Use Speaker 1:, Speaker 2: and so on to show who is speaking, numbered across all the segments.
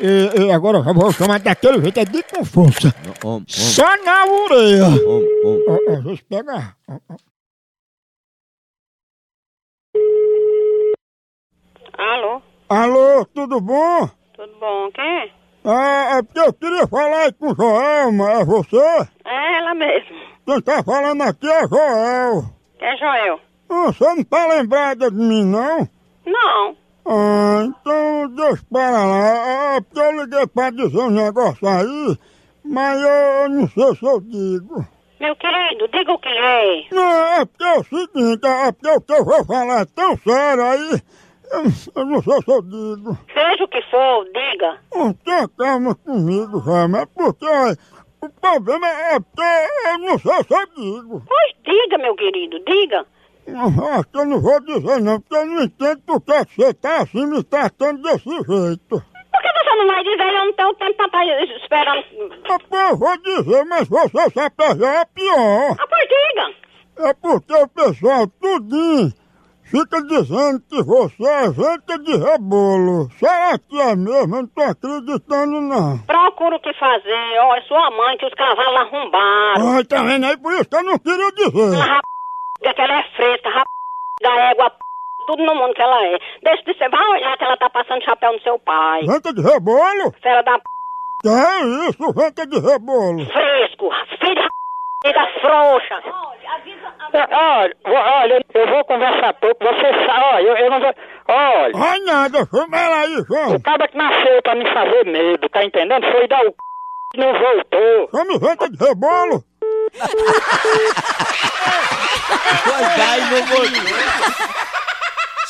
Speaker 1: e, e agora eu vou chamar daquele jeito, é de com força.
Speaker 2: Homem,
Speaker 1: Só na orelha.
Speaker 2: homem, homem.
Speaker 1: Ó, ó, Às vezes pega. ó, ó.
Speaker 3: Alô,
Speaker 1: Alô, tudo bom?
Speaker 3: tudo bom? Quem é?
Speaker 1: Ah, é porque eu queria falar aí com o Joelma, é você?
Speaker 3: É ela mesmo.
Speaker 1: Quem tá falando aqui é Joel.
Speaker 3: Quem é Joel?
Speaker 1: Ah, Você não tá lembrada de mim, não?
Speaker 3: Não.
Speaker 1: Ah, então deixa para lá. Ah, porque eu liguei pra dizer um negócio aí, mas eu, eu não sei se eu digo.
Speaker 3: Meu querido, diga o que é.
Speaker 1: Não, é porque é o seguinte, é porque o que eu vou falar é tão sério aí, eu, eu não sei se eu digo.
Speaker 3: Seja o que for, diga.
Speaker 1: Não tenha calma comigo, Rama, é porque o problema é porque eu não sei se eu digo.
Speaker 3: Pois diga, meu querido, diga.
Speaker 1: Não, acho que eu não vou dizer não, porque eu não entendo porque você tá assim me tratando desse jeito.
Speaker 3: Por que você não vai dizer? Eu não tenho tempo pra estar esperando.
Speaker 1: Ah, pô, eu vou dizer, mas você se apegar é pior.
Speaker 3: Ah, pois diga.
Speaker 1: É porque o pessoal tudinho fica dizendo que você é venta de rebolo. Será que é mesmo? Eu não tô acreditando não.
Speaker 3: Procura o que fazer. Olha, sua mãe que os cavalos arrombaram.
Speaker 1: Ai, tá vendo aí? Por isso que eu não queria
Speaker 3: Ela
Speaker 1: dizer.
Speaker 3: rap... que ela é freta, rap... da égua, p... tudo no mundo que ela é. Deixa de ser, vai olhar que ela tá passando chapéu no seu pai.
Speaker 1: Venta de rebolo?
Speaker 3: Fera da p...
Speaker 1: Que é isso, venta de rebolo?
Speaker 3: fresco, filha da frouxa.
Speaker 4: Olha, vo- olha, eu vou conversar pouco, você sabe, olha, eu, eu não vou. Olha,
Speaker 1: Ai, nada, chama ela aí,
Speaker 4: o
Speaker 1: chama.
Speaker 4: cara que nasceu pra me fazer medo, tá entendendo? Foi dar o c... não voltou.
Speaker 1: Chama venta de rebolo.
Speaker 2: Vai dar e não vou.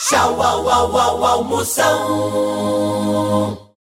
Speaker 5: Tchau, au, au, au, almoção.